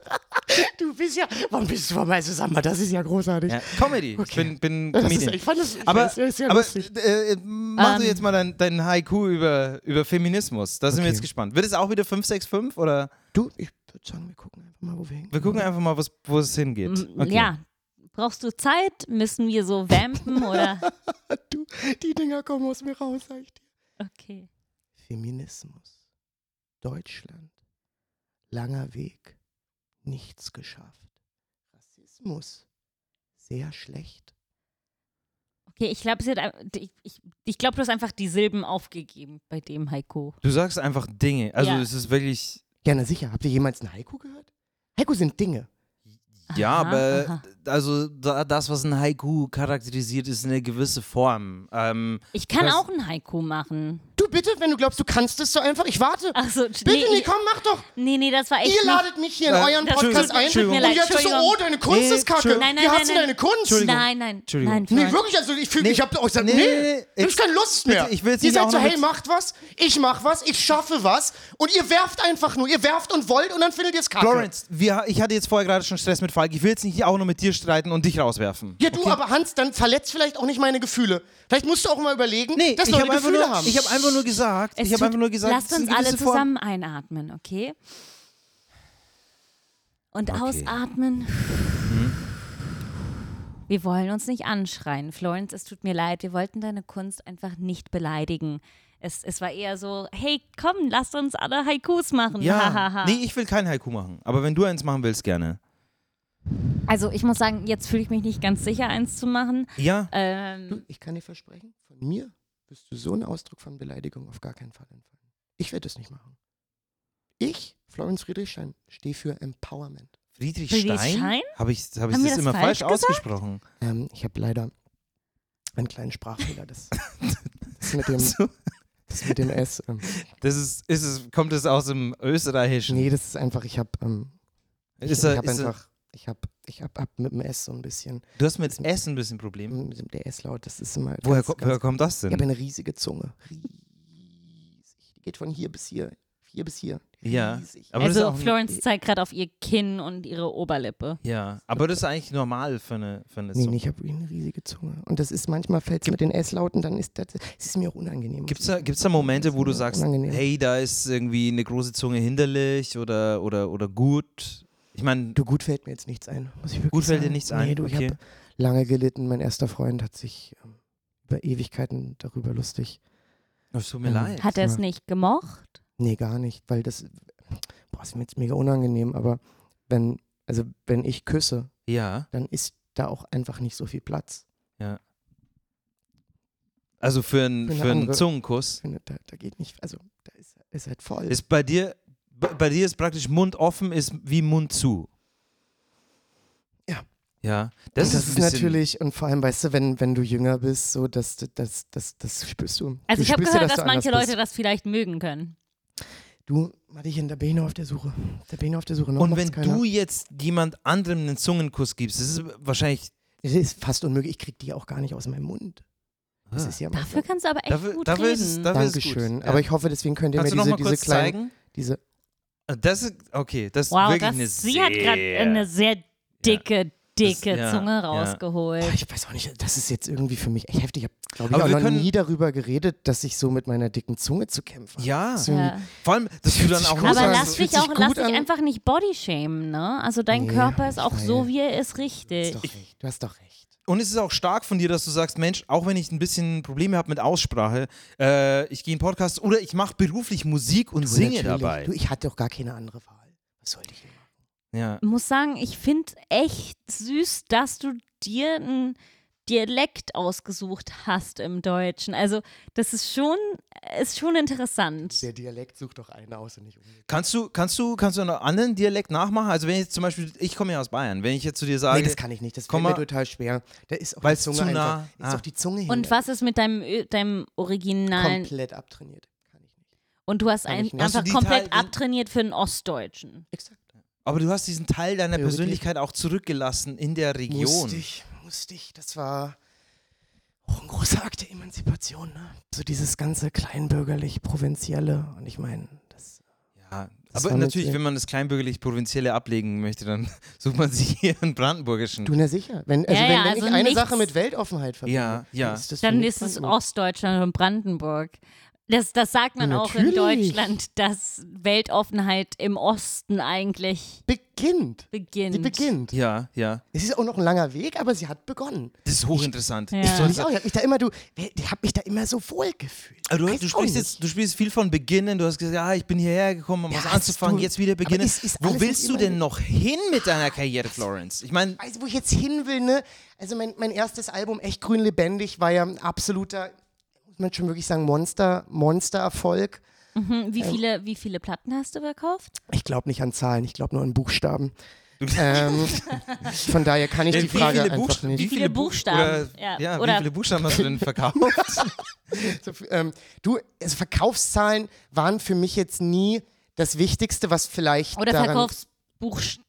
Du bist ja. Warum bist du vorbei, Susanne? Das ist ja großartig. Ja, Comedy. Ich Okay. bin, bin Das ist, Comedian. ich fand das, ich aber das ist ja aber lustig. äh, äh, mach du Ähm. jetzt mal dein, dein Haiku über, über Feminismus. Da sind wir Okay. jetzt gespannt. Wird es auch wieder 565 oder Du, ich würde sagen, wir gucken einfach mal, wo wir hinkommen. wir gucken einfach mal, wo's- wo es hingeht. Okay. Ja. Brauchst du Zeit? Müssen wir so *laughs* vampen oder? Du, die Dinger kommen aus mir raus, sag ich dir. Okay. Feminismus. Deutschland. Langer Weg. Nichts geschafft. Rassismus. Sehr schlecht. Okay, ich glaube, sie hat, ein- ich, ich, ich glaub, du hast einfach die Silben aufgegeben bei dem Haiku. Du sagst einfach Dinge. Also Ja. es ist wirklich. Ja, na sicher. Habt ihr jemals ein Haiku gehört? Haiku sind Dinge. Ja, Aha, aber aha. also da, das, was ein Haiku charakterisiert, ist eine gewisse Form. Ähm, Ich kann Was? auch ein Haiku machen. Du bitte, wenn du glaubst, du kannst es so einfach. Ich warte. Ah, Achso, nee, bitte, nee, ich- komm, mach doch. nee, nee, das war echt. Ihr nicht- ladet mich hier in Äh, euren das Podcast tut- ein. tut mir und leid, jetzt ist so, Entschuldigung. oh, deine Kunst Nee, ist kacke. Entschuldigung. Nein, nein, Wie nein, hast du nein. deine Kunst? Entschuldigung. Nein, nein, Entschuldigung. nein. Nee, Frank. wirklich, also ich fühle, ich habe auch gesagt, Nee, nee, nee, nee, ich ich- hab keine Lust bitte, mehr. ich will's ihr nicht auch seid so, noch hey, mit- macht was, ich mach was, ich schaffe was und ihr werft einfach nur, ihr werft und wollt und dann findet ihr es kacke. Florence, wir, ich hatte jetzt vorher gerade schon Stress mit Falk. Ich will jetzt nicht auch noch mit dir streiten und dich rauswerfen. Ja, du, aber Hans, dann verletzt vielleicht auch nicht meine Gefühle. Vielleicht musst du auch mal überlegen, dass ich Leute habe einfach, Gefühle nur- haben. ich hab einfach nur gesagt, Es ich habe tut- einfach nur gesagt, es Lasst ist uns eine alle gewisse Form. zusammen einatmen, okay? Und Okay. Mhm. ausatmen. Wir wollen uns nicht anschreien. Florence, es tut mir leid. Wir wollten deine Kunst einfach nicht beleidigen. Es, es war eher so, hey, komm, lasst uns alle Haikus machen. Ja, Hahaha. nee, ich will kein Haiku machen. Aber wenn du eins machen willst, gerne. Also ich muss sagen, jetzt fühle ich mich nicht ganz sicher, eins zu machen. Ja, Ähm, Du, ich kann dir versprechen, von mir wirst du so einen Ausdruck von Beleidigung auf gar keinen Fall entfallen. Ich werde es nicht machen. Ich, Florence Friedrichsheim, stehe für Empowerment. Friedrich Friedrich Stein? Stein? Habe ich, hab ich Haben wir das das immer falsch, falsch gesagt? *laughs* ausgesprochen? Ähm, ich habe leider einen kleinen Sprachfehler. Das, das, mit, dem, So, das mit dem S. Ähm, Das ist, ist es, kommt es aus dem Österreichischen? nee, das ist einfach, ich habe ähm, ich, ist ich er, hab ist er, einfach, ich habe ich hab, hab mit dem S so ein bisschen, du hast mit Essen ein bisschen Probleme. mit dem- der S-Laut, das ist immer Woher, ganz, ko- ganz woher kommt das Ich denn? habe eine riesige Zunge. Riesig. Die geht von hier bis hier. Hier bis hier. Ja, Riesig. aber das ist also auch ein- Florence zeigt gerade auf ihr Kinn und ihre Oberlippe. Ja, aber das ist eigentlich normal für eine, für eine Nee, Zunge. nee, ich habe eine riesige Zunge. Und das ist manchmal fällt es mit den S-Lauten, dann ist das, es ist mir auch unangenehm. Gibt es da, gibt's da Momente, wo du Ja, sagst, unangenehm. hey, da ist irgendwie eine große Zunge hinderlich oder, oder, oder gut? Ich meine, Du, gut fällt mir jetzt nichts ein. Muss ich wirklich Gut fällt dir sagen. nichts ein? Nee, du, Okay. ich habe lange gelitten. Mein erster Freund hat sich ähm, über Ewigkeiten darüber lustig. es tut mir Ähm, leid. Hat er es Ja. nicht gemocht? Nee, gar nicht, weil das, boah, ist mir jetzt mega unangenehm, aber wenn, also wenn ich küsse, Ja, dann ist da auch einfach nicht so viel Platz. also für, ein, Für eine für einen andere- Zungenkuss. finde, da, da geht nicht, also da ist, ist halt voll. Ist bei dir, b- bei dir ist praktisch Mund offen, ist wie Mund zu. Ja. Ja, das, ist, Das ist ein bisschen, natürlich, und vor allem, weißt du, wenn, wenn du jünger bist, so, das, das, das, das spürst du. Also du ich habe spürst ja, gehört, dass, du anders manche bist. Leute das vielleicht mögen können. Du, Mariechen, da bin ich noch auf der Suche. Da bin ich noch auf der Suche. Noch Und macht's wenn keiner. du jetzt jemand anderem einen Zungenkuss gibst, das ist wahrscheinlich. Das ist fast unmöglich. Ich krieg die auch gar nicht aus meinem Mund. Das ist ja mein Dafür kannst du aber echt Dafür, gut dafür reden. ist es. Dafür ist es gut. Dankeschön. Ah. Ja. Aber ich hoffe, deswegen könnt ihr Kannst du mir noch diese, mal kurz diese kleinen. zeigen? Diese, Das ist, okay, das wow, ist wirklich das, eine sie sehr, hat gerade eine sehr dicke, dicke Das- ja, Zunge ja. rausgeholt. Boah, oh, ich weiß auch nicht, das ist jetzt irgendwie für mich echt heftig. Ich habe, glaube Aber ich, wir auch noch können- nie darüber geredet, dass ich so mit meiner dicken Zunge zu kämpfen habe. Ja, So- Ja. vor allem, dass du dann auch Aber noch Aber an, sagst, es lass fühlt dich auch sich lass gut dich an. einfach nicht bodyshamen, ne? Also dein Nee, Körper ist auch ich so, weiß. wie er ist, Du richtig. hast, doch recht. du hast doch recht. Und es ist auch stark von dir, dass du sagst, Mensch, auch wenn ich ein bisschen Probleme habe mit Aussprache, äh, ich gehe in Podcasts oder ich mache beruflich Musik und Du, singe natürlich. dabei. Du, ich hatte auch gar keine andere Wahl. Was sollte ich denn machen? ja. muss sagen, ich finde echt süß, dass du dir einen Dialekt ausgesucht hast im Deutschen. Also, das ist schon, ist schon interessant. Der Dialekt sucht doch einen aus und nicht umgekehrt. Kannst du, kannst du, kannst du einen anderen Dialekt nachmachen? Also wenn ich jetzt zum Beispiel, ich komme ja aus Bayern, wenn ich jetzt zu dir sage, Nee, das kann ich nicht. Das Komm fällt mir mal- total schwer. Da ist auch Weil die es Zunge zu nah- einfach. ah. Ist doch die Zunge hin. Und was ist mit deinem, Ö- deinem originalen? Komplett abtrainiert. Kann ich nicht. und du hast Kann ein, ich nicht. Hast du einfach die komplett Teil- abtrainiert für einen Ostdeutschen. Exakt. aber du hast diesen Teil deiner Theoretisch. Persönlichkeit auch zurückgelassen in der Region. Musste ich, musste ich. Das war auch ein großer Akt der Emanzipation, ne? So dieses ganze kleinbürgerlich-provinzielle. Und ich meine, das. Ja. Das Aber war mit natürlich, ihr. wenn man das kleinbürgerlich-provinzielle ablegen möchte, dann *laughs* sucht man sich hier einen brandenburgischen. Du, na sicher. Wenn, also, Ja, wenn, ja, wenn also ich eine nichts- Sache mit Weltoffenheit verbinde, Ja, ja. dann ist das für Dann mich ist es Brandenburg. Ostdeutschland und Brandenburg. Das, das sagt man Natürlich. auch in Deutschland, dass Weltoffenheit im Osten eigentlich Beginnt. beginnt. Sie beginnt. ja, ja. Es ist auch noch ein langer Weg, aber sie hat begonnen. Das ist hochinteressant. Ja. Ich soll- Und ich auch, ich hab mich da immer, du, ich hab mich da immer so wohl gefühlt. Aber du, Weiß du, auch sprichst nicht. jetzt, du sprichst viel von Beginnen. Du hast gesagt, ja, ich bin hierher gekommen, um Ja, was es anzufangen, ist- jetzt wieder aber beginnen. es ist Wo alles willst nicht du denn immer- noch hin mit deiner Karriere, Florence? Ich meine, Also, wo ich jetzt hin will, ne? Also, mein, mein erstes Album, Echt Grün Lebendig, war ja ein absoluter, muss man schon wirklich sagen, Monster, Monster-Erfolg. Hm, Wie viele, wie viele Platten hast du verkauft? Ich glaube nicht an Zahlen, ich glaube nur an Buchstaben. *laughs* ähm, von daher kann ich die Frage einfach Buchst- nicht. wie viele Buch- Buchstaben? Oder, ja, Ja, wie oder- viele Buchstaben hast du *laughs* denn verkauft? So, ähm, du, also Verkaufszahlen waren für mich jetzt nie das Wichtigste, was vielleicht Oder daran Verkaufsbuchstaben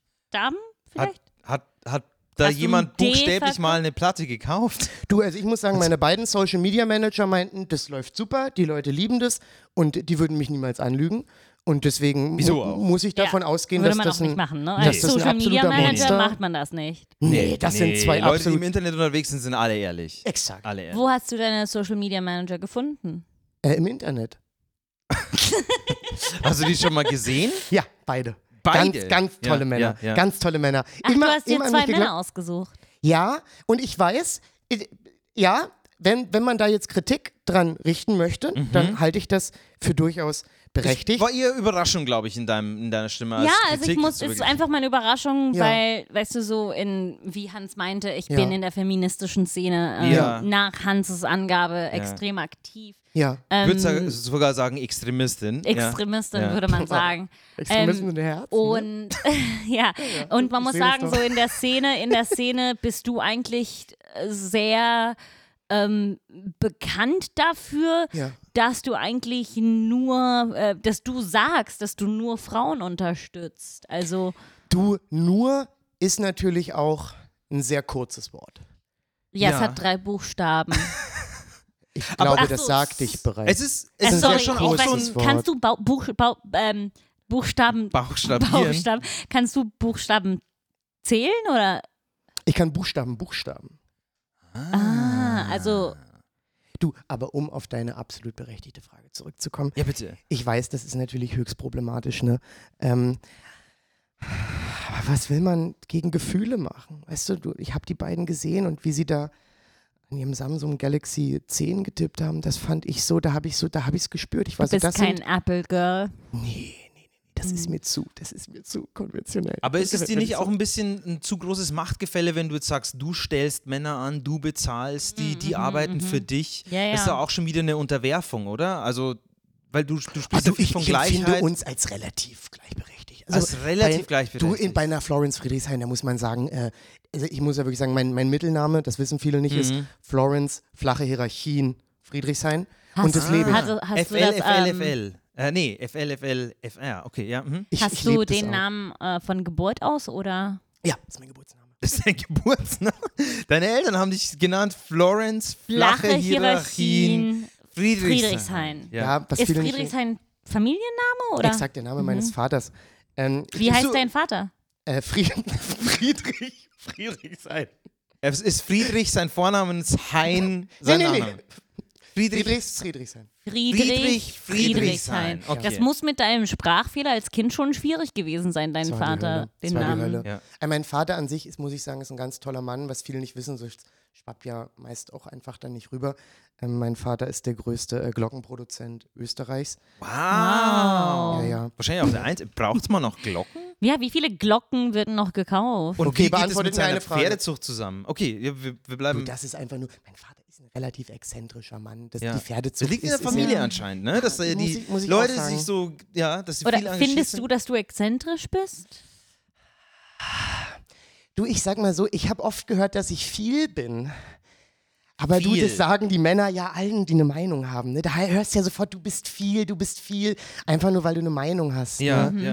hat, vielleicht? hat, hat da Hast du jemand ein D buchstäblich verkauft? mal eine Platte gekauft? Du, also ich muss sagen, meine beiden Social Media Manager meinten, das läuft super, die Leute lieben das und die würden mich niemals anlügen. Und deswegen mu- Wieso auch? muss ich davon Ja, ausgehen, Würde dass man das auch nicht ein. machen, ne? dass Als das ein Social Media absoluter Manager Monster- macht man das nicht. Nee, das nee, sind Leute, zwei die Ah. im absolut. Internet unterwegs sind, sind alle ehrlich. Exakt. Alle ehrlich. Wo hast du deine Social Media Manager gefunden? Äh, Im Internet. Hast du die schon mal *laughs* gesehen? Ja, beide. Beide. Ganz, ganz tolle Ja, Männer. ja, ja. Ganz tolle Männer. Ach, immer, du hast dir immer an zwei mich geglaubt. Männer ausgesucht. Ja, und ich weiß, i- ja, wenn, wenn man da jetzt Kritik dran richten möchte, Mhm. dann halte ich das für durchaus berechtigt. War ihr Überraschung, glaube ich, in, deinem, in deiner Stimme? Als ja, also ich Kritik muss, zu es ist begreifen. einfach meine Überraschung, Ja. weil, weißt du, so in, wie Hans meinte, ich Ja. bin in der feministischen Szene äh, Ja. nach Hanses Angabe extrem aktiv. Ähm, ja. Ich würde sa- sogar sagen Extremistin. Extremistin, ja. Ja. würde man *laughs* sagen. Extremisten in der Herzen, ne? Und *laughs* ja, und man muss sehe das sagen, doch. so in der Szene, in der Szene bist du eigentlich äh, sehr ähm, bekannt dafür, Ja. dass du eigentlich nur, äh, dass du sagst, dass du nur Frauen unterstützt. Also Du, nur ist natürlich auch ein sehr kurzes Wort. ja, Ja. es hat drei Buchstaben. Ich glaube, Ach das so, sagte ich bereits. Es ist, es Äh, ist sorry, ja schon ich auch weiß so nicht. ein Wort. Kannst du Bau, Buch, Bau, ähm, Buchstaben, Bauchstabieren. Buchstaben, kannst du Buchstaben zählen oder? Ich kann Buchstaben, Buchstaben. Ah, also Du, aber um auf deine absolut berechtigte Frage zurückzukommen, Ja, bitte. ich weiß, das ist natürlich höchst problematisch, ne? Ähm, aber was will man gegen Gefühle machen? Weißt du, du ich habe die beiden gesehen und wie sie da an ihrem Samsung Galaxy 10 getippt haben, das fand ich so, da habe ich so, da habe ich es gespürt. Ich war du so, bist Also das kein Hm. sind, Apple Girl. nee, nee, nee, das ist mir zu, das ist mir zu konventionell. Aber ist es dir nicht Konventionell. auch ein bisschen ein zu großes Machtgefälle, wenn du jetzt sagst, du stellst Männer an, du bezahlst die, die arbeiten für dich? Mhm, Ja, ja. Ist da auch schon wieder eine Unterwerfung, oder? Also, weil du, du sprichst Also ja viel ich, von ich empfinde Gleichheit. uns als relativ gleichberechtigt. Also Das ist halt relativ gleichberechtigt. Du in, bei einer Florence Friedrichshain, da muss man sagen, äh, also ich muss ja wirklich sagen, mein, mein Mittelname, das wissen viele nicht, Mhm. ist Florence, flache Hierarchien, Friedrichshain. und Ah. das lebe ich. Hast, du- hast FL, du das, FL, ähm, FL. Äh, nee, FL, FL, FR. Okay, ja. Mhm. ich Hast ich du lebe das den auch. Namen äh, von Geburt aus oder? Ja, das ist mein Geburtsname. Das ist dein *laughs* Geburtsname. Deine Eltern haben dich genannt Florence Flache, Flache Hierarchien Hierarchien Friedrichshain. Friedrichshain. Ja. Ja, was Ist viele nicht wissen. Friedrichshain Familienname oder? Mhm. Exakt der Name meines Vaters. Ähm, ich- Wie heißt so, dein Vater? Äh, Fried *laughs* Friedrich. Friedrichshain. Es ist Friedrich sein Vorname und es Hein sein nee, nee. Nachname. Friedrich. Friedrichs Friedrichshain. Friedrich Friedrichshain. Okay. Das muss mit deinem Sprachfehler als Kind schon schwierig gewesen sein, deinen Das war die Vater, Hölle. Das den war die Namen. Hölle. Ja. Äh, Mein Vater an sich ist, muss ich sagen, ist ein ganz toller Mann, was viele nicht wissen, so ich schwapp ja meist auch einfach dann nicht rüber. Ähm, mein Vater ist der größte äh, Glockenproduzent Österreichs. Wow. Oh. Ja, ja. Wahrscheinlich auf der Eins. Braucht man noch Glocken? Ja, wie viele Glocken werden noch gekauft? Und Okay, wie geht es beantwortet mit mir seiner eine Frage. Pferdezucht zusammen? Okay, ja, wir, wir bleiben. Und das ist einfach nur, mein Vater ist ein relativ exzentrischer Mann. Das, ja. Die Pferdezucht Das liegt in ist, der Familie Ist ja, anscheinlich, ne? Dass äh, Muss die ich- muss ich auch Leute sagen. sich so, ja, dass sie viel Oder engagiert findest sind. du, dass du exzentrisch bist? du, ich sag mal so, ich habe oft gehört, dass ich viel bin. Aber du, Viel. das sagen die Männer ja allen, die eine Meinung haben. Ne? Da hörst du ja sofort, du bist viel, du bist viel. Einfach nur, weil du eine Meinung hast. Ja, Mhm. Ne?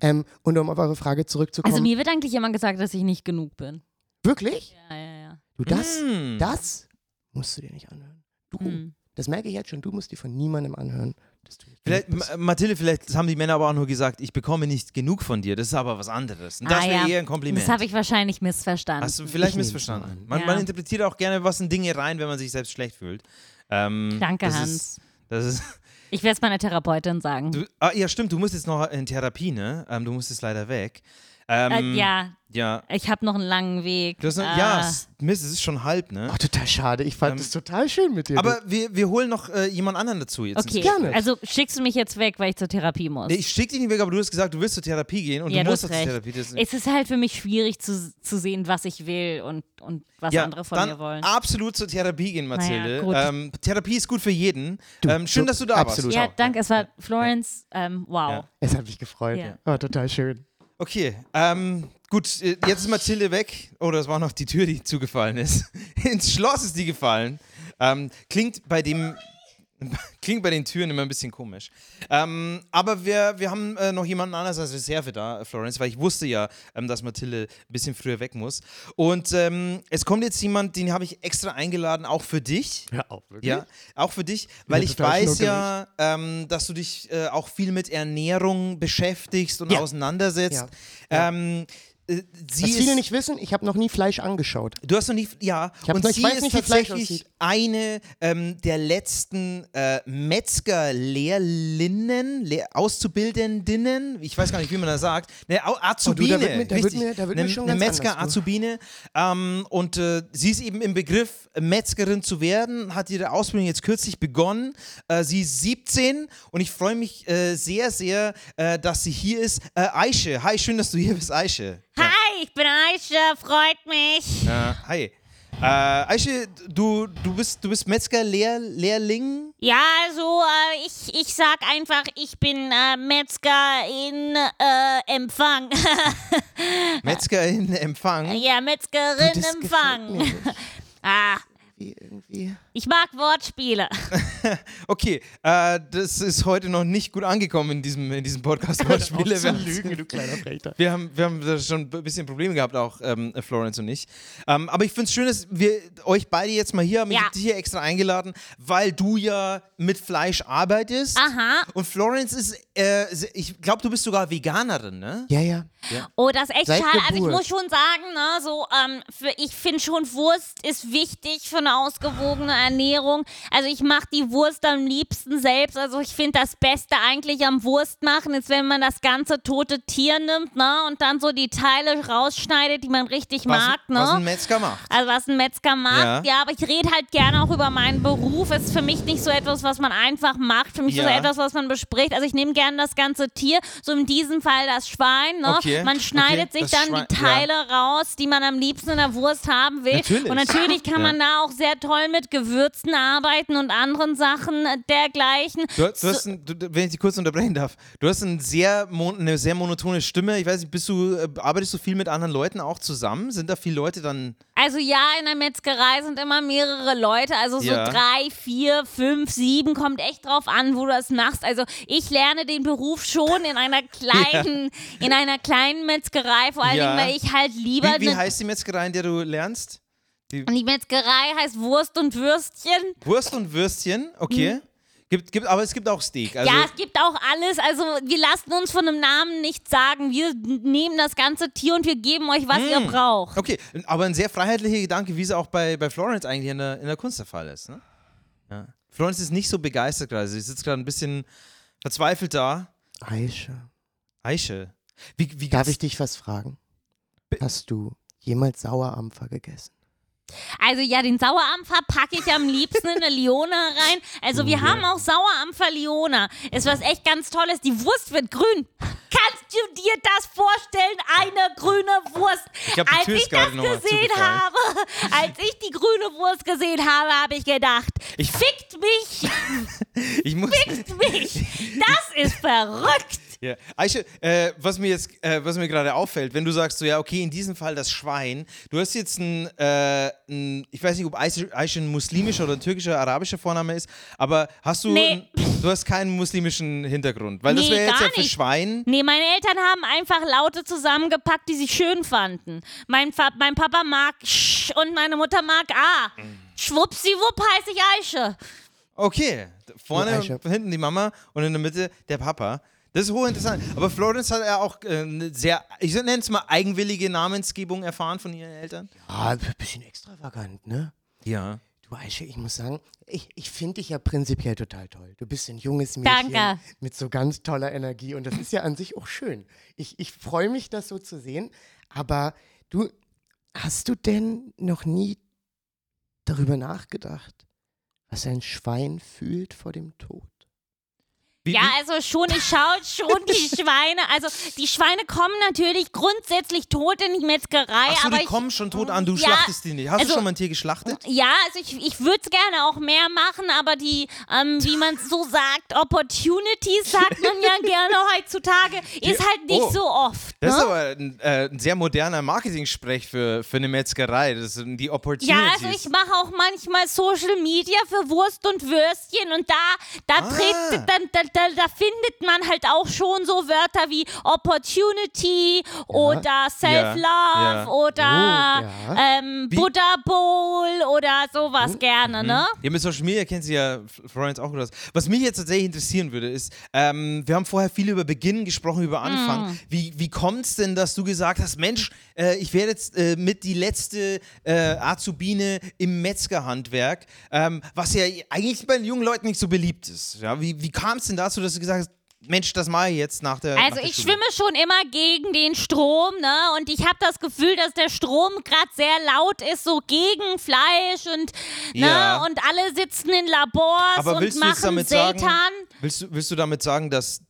ja. Ähm, und um auf eure Frage zurückzukommen. Also mir wird eigentlich immer gesagt, dass ich nicht genug bin. wirklich? Ja, ja, ja. Du, das, Mm. das musst du dir nicht anhören. Du, Mm. Mhm. das merke ich jetzt schon, du musst dir von niemandem anhören. Dass du Vielleicht, Ma- Mathilde, vielleicht haben die Männer aber auch nur gesagt, ich bekomme nicht genug von dir. Das ist aber was anderes. Und das ah, wäre ja. eher ein Kompliment. Also Das habe ich wahrscheinlich missverstanden. Hast du vielleicht Ich nehm's mal missverstanden. an. Man, Ja. man interpretiert auch gerne was in Dinge rein, wenn man sich selbst schlecht fühlt. Ähm, Danke, das Hans. Ist, das ist, Ich werde es meiner Therapeutin sagen. du, ah, ja, stimmt, du musst jetzt noch in Therapie, ne? Ähm, du musst jetzt leider weg. äh, Ähm, ja, Ja. ich habe noch einen langen Weg. Du hast, noch- äh, Ja, s- Mist, es ist schon halb, ne? Oh, Ach, Oh, total schade. Ich fand es total schön mit dir. Ähm, Aber wir, wir holen noch äh, jemand anderen dazu jetzt. ins Okay, Gespräch. Gerne. also schickst du mich jetzt weg, weil ich zur Therapie muss. Nee, ich schick dich nicht weg, aber du hast gesagt, du willst zur Therapie gehen und ja, du du musst hast doch zur recht. Therapie. Das, es ist halt für mich schwierig zu, zu sehen, was ich will und, und was ja, andere von dann mir wollen. absolut zur Therapie gehen, Mathilde. gut. ähm, Therapie ist gut für jeden. ähm, schön, du- dass du da absolut. warst. Ja, Ciao. danke. Es war Florence. Ähm, wow. Ja. es hat mich gefreut. Ja. War total schön. Okay, ähm, gut, äh, jetzt ist Mathilde weg. Oh, das war noch die Tür, die zugefallen ist. *laughs* Ins Schloss ist die gefallen. Ähm, klingt bei dem. *laughs* Klingt bei den Türen immer ein bisschen komisch. Ähm, aber wir, wir haben äh, noch jemanden anders als Reserve da, äh, Florence, weil ich wusste ja, ähm, dass Mathilde ein bisschen früher weg muss. Und ähm, es kommt jetzt jemand, den habe ich extra eingeladen, auch für dich. Ja, auch wirklich. Ja, auch für dich, weil ich total weiß ja, ähm, dass du dich äh, auch viel mit Ernährung beschäftigst und Ja. auseinandersetzt. Ja. Ähm, äh, sie Was ist, viele nicht wissen, ich habe noch nie Fleisch angeschaut. Du hast noch nie, ja, hab und noch- ich sie weiß ist nicht, wie Fleisch tatsächlich aussieht. eine ähm, der letzten äh, Metzger-Lehrlinnen, Lehr Auszubildendinnen, ich weiß gar nicht, wie man das sagt, ne, Au- Azubine, Oh, da wird mir- da wird richtig, ne, mir- da wird mir eine, schon eine ganz anders, du. Metzger-Azubine ähm, und äh, sie ist eben im Begriff, Metzgerin zu werden, hat ihre Ausbildung jetzt kürzlich begonnen, äh, sie ist 17 und ich freue mich äh, sehr, sehr, äh, dass sie hier ist. Äh, Aische, hi, schön, dass du hier bist, Aische. Hi, ich bin Aisha. Freut mich. Äh, hi. Äh, Aische, du, du bist, du bist *laughs* Metzger-Lehrling? Ja, also äh, ich, ich sag einfach, ich bin äh, Metzger in äh, Empfang. *laughs* Metzger in Empfang? ja, Metzgerin Das Empfang. gefällt mir *laughs* Ah, nicht. Irgendwie. ich mag Wortspiele. Okay, äh, das ist heute noch nicht gut angekommen in diesem, in diesem Podcast. Wortspiele. Wir, haben- Lügen, du kleiner Frechter. wir, haben, wir haben da schon ein bisschen Probleme gehabt, auch ähm, Florence und ich. Ähm, aber ich finde es schön, dass wir euch beide jetzt mal hier haben. Ich Ja. habe dich hier extra eingeladen, weil du ja mit Fleisch arbeitest. Aha. Und Florence ist, äh, ich glaube, du bist sogar Veganerin, ne? Ja, ja. Oh, das ist echt Seit schade. Also ich Geburt. muss schon sagen, ne, so, ähm, für, ich finde schon, Wurst ist wichtig für eine ausgewogene Ernährung. Also ich mache die Wurst am liebsten selbst. Also ich finde das Beste eigentlich am Wurstmachen ist, wenn man das ganze tote Tier nimmt, ne, und dann so die Teile rausschneidet, die man richtig Was, mag, ne. was ein Metzger macht. Also was ein Metzger macht, Ja. ja, aber ich rede halt gerne auch über meinen Beruf. Es ist für mich nicht so etwas, was man einfach macht. Für mich ist Ja. es etwas, was man bespricht. Also ich nehme gerne das ganze Tier, so in diesem Fall das Schwein. Ne? Okay, Man okay, schneidet das sich dann Schwein- die Teile raus, die man am liebsten in der Wurst haben will. Natürlich. Und natürlich kann man da auch sehr toll mit Gewürzen arbeiten und anderen Sachen äh, dergleichen. Du, du hast ein, du, du- wenn ich dich kurz unterbrechen darf, du hast ein sehr mon, eine sehr monotone Stimme. Ich weiß nicht, bist du, äh, arbeitest du viel mit anderen Leuten auch zusammen? Sind da viele Leute dann. Also ja, in der Metzgerei sind immer mehrere Leute, also so Ja. drei, vier, fünf, sieben, kommt echt drauf an, wo du das machst. Also ich lerne den Beruf schon *laughs* in einer kleinen, in einer kleinen Metzgerei, vor allen Ja. Dingen, weil ich halt lieber Wie, wie ne- heißt die Metzgerei, in der du lernst? die Metzgerei heißt Wurst und Würstchen. Wurst und Würstchen, okay. Gibt, gibt, aber es gibt auch Steak. Also, ja, es gibt auch alles. Also wir lassen uns von einem Namen nichts sagen. Wir nehmen das ganze Tier und wir geben euch, was Hm. ihr braucht. Okay, aber ein sehr freiheitlicher Gedanke, wie es auch bei, bei Florence eigentlich in der, in der Kunst der Fall ist. Ne? Ja. Florence ist nicht so begeistert gerade. Sie sitzt gerade ein bisschen verzweifelt da. Aisha, Eiche. Wie, wie darf geht's- ich dich was fragen? Hast du jemals Sauerampfer gegessen? Also ja, den Sauerampfer packe ich am liebsten in eine Liona rein. Also wir haben auch Sauerampfer Liona. Ist was echt ganz Tolles. Die Wurst wird grün. Kannst du dir das vorstellen? Eine grüne Wurst. Ich glaub, die als Tür ist ich das gerade noch mal gesehen zugefallen. habe, als ich die grüne Wurst gesehen habe, habe ich gedacht, Ich- fickt mich, ich muss, fickt mich. Das ist verrückt. Ja. Eiche, äh, was mir jetzt, äh, was mir gerade auffällt, wenn du sagst so, ja, okay, in diesem Fall das Schwein, du hast jetzt ein, äh, ein ich weiß nicht, ob Eiche, Eiche ein muslimischer oder ein türkischer, arabischer Vorname ist, aber hast du, Nee. ein, du hast keinen muslimischen Hintergrund, weil das Nee, wäre jetzt gar ja für nicht. Schwein. Nee, meine Eltern haben einfach Laute zusammengepackt, die sie schön fanden. Mein, Fa mein Papa mag Sch und meine Mutter mag A. Schwuppsiwupp heiße ich Eiche. Okay, vorne, Eiche. hinten die Mama und in der Mitte der Papa. Das ist hochinteressant. Aber Florence hat ja auch äh, eine sehr, ich nenne es mal, eigenwillige Namensgebung erfahren von ihren Eltern. Ah, ein bisschen extravagant, ne? Ja. Du Aische, ich muss sagen, ich, ich finde dich ja prinzipiell total toll. Du bist ein junges Mädchen Danke. mit so ganz toller Energie und das ist ja an sich auch schön. Ich, ich freue mich, das so zu sehen, aber du, hast du denn noch nie darüber nachgedacht, was ein Schwein fühlt vor dem Tod? Wie, Ja, wie- also schon, ich schaue schon *laughs* die Schweine. Also die Schweine kommen natürlich grundsätzlich tot in die Metzgerei. Achso, aber die ich, Hm, kommen schon tot an, du Ja, schlachtest die nicht. Hast also- du schon mal ein Tier geschlachtet? Ja, also ich, ich würde es gerne auch mehr machen, aber die, ähm, wie man so sagt, Opportunities sagt man *laughs* ja gerne heutzutage, ist halt nicht oh. so oft. Das ist ne? aber ein, äh, ein sehr moderner Marketing-Sprech für, für eine Metzgerei. Das sind die Opportunities. Ja, also ich mache auch manchmal Social Media für Wurst und Würstchen und da, Ah. da, trägt, dann, da, da, da findet man halt auch schon so Wörter wie Opportunity oder Self-Love Ja. oder Oh, ähm, Wie- Oh, mhm. Buddha Bowl oder sowas gerne, ne? ja, mit Social Media kennt sie ja F- Florence auch gut aus. Was mich jetzt tatsächlich interessieren würde, ist, ähm, wir haben vorher viel über Beginn gesprochen, über Anfang. Hm. Wie, wie kommt es denn, dass du gesagt hast, Mensch, äh, ich werde jetzt äh, mit die letzte äh, Azubine im Metzgerhandwerk, ähm, was ja eigentlich bei den jungen Leuten nicht so beliebt ist. Ja, wie wie kam es denn dazu, dass du gesagt hast, Mensch, das mache ich jetzt nach der nach Also der ich Schule? schwimme schon immer gegen den Strom, ne? Und ich habe das Gefühl, dass der Strom gerade sehr laut ist, so gegen Fleisch und ne? Ja. Und alle sitzen in Labors Aber und willst du machen jetzt damit Seitan. sagen, willst du, willst du damit sagen, dass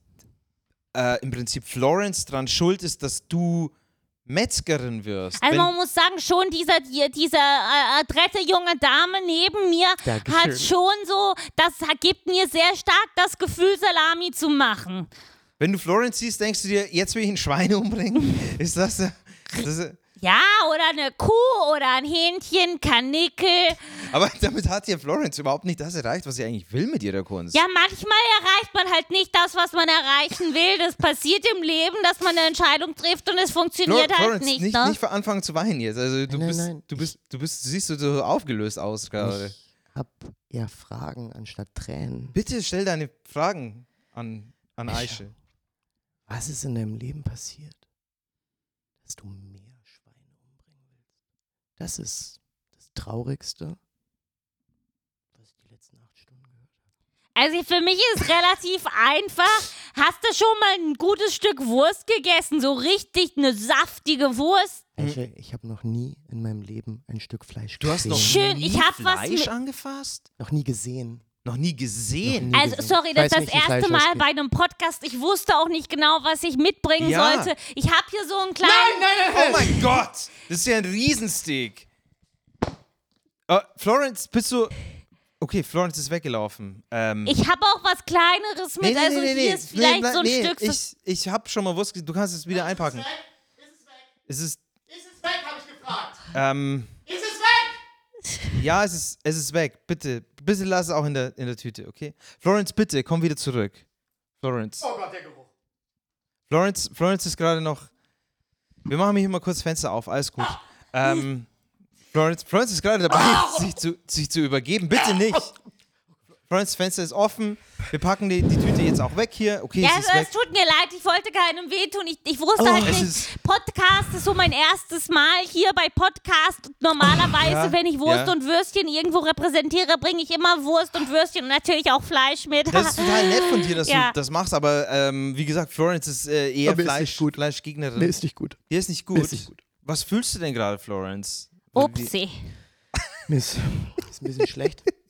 äh, im Prinzip Florence dran schuld ist, dass du Metzgerin wirst? Also man Wenn, muss sagen, schon dieser, die- diese äh, äh, dritte junge Dame neben mir Dankeschön. hat schon so, das hat- gibt mir sehr stark das Gefühl, Salami zu machen. wenn du Florence siehst, denkst du dir, jetzt will ich ein Schwein umbringen? *laughs* ist das, äh, das äh, Ja, oder eine Kuh oder ein Hähnchen, Kanickel. Aber damit hat ja Florence überhaupt nicht das erreicht, was sie eigentlich will mit ihrer Kunst. Ja, manchmal erreicht man halt nicht das, was man erreichen will. Das passiert im Leben, dass man eine Entscheidung trifft und es Flo- funktioniert halt Florence, nicht. nicht, ne? nicht ver- anfangen zu weinen jetzt. Also du Nein, bist, nein. du bist, du bist, du siehst so aufgelöst aus gerade. Ich habe eher Fragen anstatt Tränen. Bitte stell deine Fragen an, an Ich- Aische. Was ist in deinem Leben passiert, dass du mehr Schweine umbringen willst? Das ist das Traurigste, was ich die letzten acht Stunden gehört Also für mich ist relativ einfach. Hast du schon mal ein gutes Stück Wurst gegessen? So richtig eine saftige Wurst? habe. Eichel, ich habe noch nie in meinem Leben ein Stück Fleisch Hm. Du hast gesehen. noch Schön, nie ich hab was Fleisch mit- angefasst? noch nie gesehen. Noch nie gesehen. Noch nie Also gesehen. sorry, das Weiß ist das nicht, wie erste Fleisch Mal ausgeht. bei einem Podcast. Ich wusste auch nicht genau, was ich mitbringen Ja. sollte. Ich habe hier so einen kleinen... Oh mein Gott! Das ist ja ein Riesensteak. Äh, Florence, bist du. Okay, Florence ist weggelaufen. Ähm, Ich habe auch was Kleineres mit, also hier ist vielleicht bleib- so ein Stück. für- Ich, ich habe schon mal Wurst. ge- Du kannst es wieder einpacken. Ist es weg? Es ist. Ist es weg, habe ich gefragt. Ähm, Ist es weg? ja, es ist, es ist weg. Bitte, bitte lass es auch in der, in der Tüte, okay? Florence, bitte, komm wieder zurück. Florence. Oh Gott, der Geruch. Florence, Florence ist gerade noch. Wir machen hier mal kurz Fenster auf, alles gut. Ah. Ähm, Florence, Florence ist gerade dabei, sich, zu, sich zu übergeben. Bitte *laughs* nicht. Florence, Fenster ist offen. Wir packen die, die Tüte jetzt auch weg hier. Okay, Ja, es also, ist es weg. tut mir leid, ich wollte keinem wehtun. Ich, ich wusste Oh, halt es nicht. ist- Podcast ist so mein erstes Mal hier bei Podcast. Normalerweise, Ja, wenn ich Wurst ja. und Würstchen irgendwo repräsentiere, bringe ich immer Wurst und Würstchen und natürlich auch Fleisch mit. Das ist total nett von dir, dass du Ja. das machst, aber ähm, wie gesagt, Florence ist äh, eher Aber ist Fleisch, nicht gut. Fleischgegnerin. Nee, ist nicht gut. Hier ist nicht gut. ist nicht gut. Was fühlst du denn gerade, Florence? *laughs* Upsi. Mir ist, ist ein bisschen schlecht. *laughs*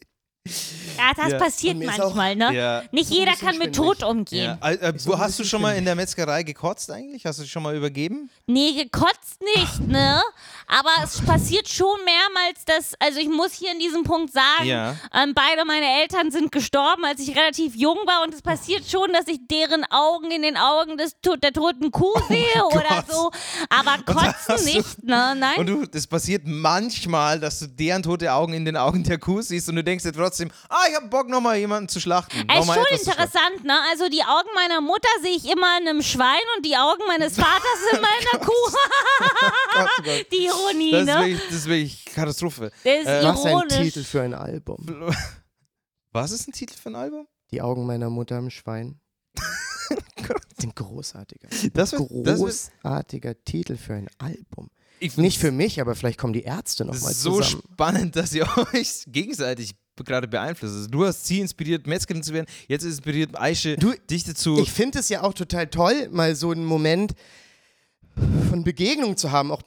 Ja, das Ja. passiert Mir ist auch- manchmal, ne? Ja. Nicht jeder bisschen kann mit schwindelig. Tod umgehen. Ja. Äh, äh, so ein hast du bisschen schon mal in der Metzgerei gekotzt eigentlich? Hast du dich schon mal übergeben? Nee, gekotzt nicht, ne? Aber es passiert schon mehrmals, dass, also ich muss hier in diesem Punkt sagen, Ja. ähm, beide meine Eltern sind gestorben, als ich relativ jung war und es passiert schon, dass ich deren Augen in den Augen des, to- der toten Kuh sehe oder Oh Gott. so. *laughs* Aber kotzen hast du- nicht, ne? Nein. Und du, es passiert manchmal, dass du deren tote Augen in den Augen der Kuh siehst und du denkst dir trotzdem, ah, ich hab Bock, nochmal jemanden zu schlachten. Ey, ist nochmal Äh, schon etwas zu schlachten. interessant, ne? Also die Augen meiner Mutter sehe ich immer in einem Schwein und die Augen meines Vaters *laughs* in meiner Kuh. *laughs* die Ironie, Oh Das ist, ne? wirklich, das ist wirklich Katastrophe. Das ist Äh, Was ein ironisch. Titel für ein Album. Was ist ein Titel für ein Album? Die Augen meiner Mutter *laughs* im Schwein. Ein großartiger, Das wird- das wird- großartiger Titel für ein Album. Ich- Nicht für mich, aber vielleicht kommen die Ärzte Das nochmal ist so zusammen. spannend, dass ihr *laughs* euch gegenseitig gerade beeinflusst. Also du hast sie inspiriert, Metzgerin zu werden. Jetzt inspiriert Aische Du, dich dazu. Ich finde es ja auch total toll, mal so einen Moment von Begegnung zu haben, auch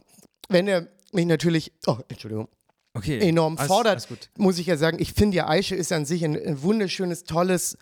wenn er mich natürlich, oh, Entschuldigung, okay. enorm Alles- fordert, alles gut. muss ich ja sagen. Ich finde ja, Aische ist an sich ein, ein wunderschönes, tolles,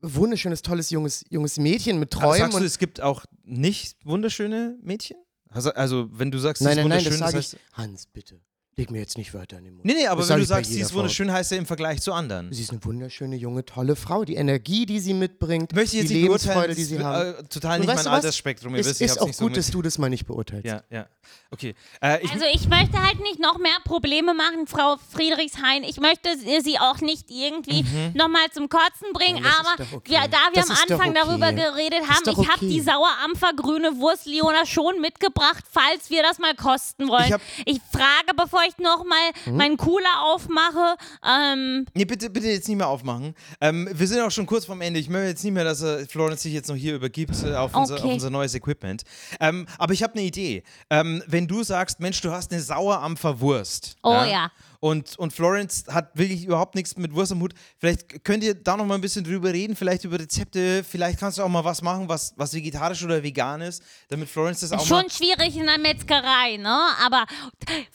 wunderschönes, tolles junges, junges Mädchen mit Aber Träumen. Also sagst du, Und es gibt auch nicht wunderschöne Mädchen? Also, also wenn du sagst, nein, sie ist nein, nein, das wunderschön, sage heißt, ich. Hans, bitte, leg mir jetzt nicht Wörter in den Mund. Nee, nee, aber Das wenn sag du ich bei sagst, sie jeder ist Frau. wunderschön, heißt ja im Vergleich zu anderen. Sie ist eine wunderschöne, junge, tolle Frau. Die Energie, die sie mitbringt, Ich möchte jetzt die nicht Lebensfreude, beurteilen, die das sie ist, haben. äh, total Und nicht weißt mein du was? Altersspektrum. Ihr es wisst, ich ist hab's auch nicht so gut, dass mit. du das mal nicht beurteilst. Ja, ja. Okay. Äh, ich, Also ich möchte halt nicht noch mehr Probleme machen, Frau Friedrichshain. Ich möchte sie auch nicht irgendwie nochmal zum Kotzen bringen. Mhm. Ja, das ist aber doch okay. wir, da wir Das am ist doch Anfang okay. darüber geredet ist haben, doch ich habe okay. die sauerampfergrüne Wurst Leona schon mitgebracht, falls wir das mal kosten wollen. Ich Ich, hab- frage, bevor ich nochmal Hm? meinen Cooler aufmache. Ähm, nee, bitte, bitte jetzt nicht mehr aufmachen. Ähm, wir sind auch schon kurz vom Ende. Ich möchte jetzt nicht mehr, dass äh, Florence sich jetzt noch hier übergibt äh, auf, unser, Okay. auf unser neues Equipment. Ähm, aber ich habe eine Idee. Ähm, wenn du sagst, Mensch, du hast eine Sauerampfer Wurst. Oh ja. Und, und Florence hat wirklich überhaupt nichts mit Wurst am Hut. Vielleicht könnt ihr da noch mal ein bisschen drüber reden, vielleicht über Rezepte. Vielleicht kannst du auch mal was machen, was, was vegetarisch oder vegan ist, damit Florence das auch mal Schon schwierig in der Metzgerei, ne? Aber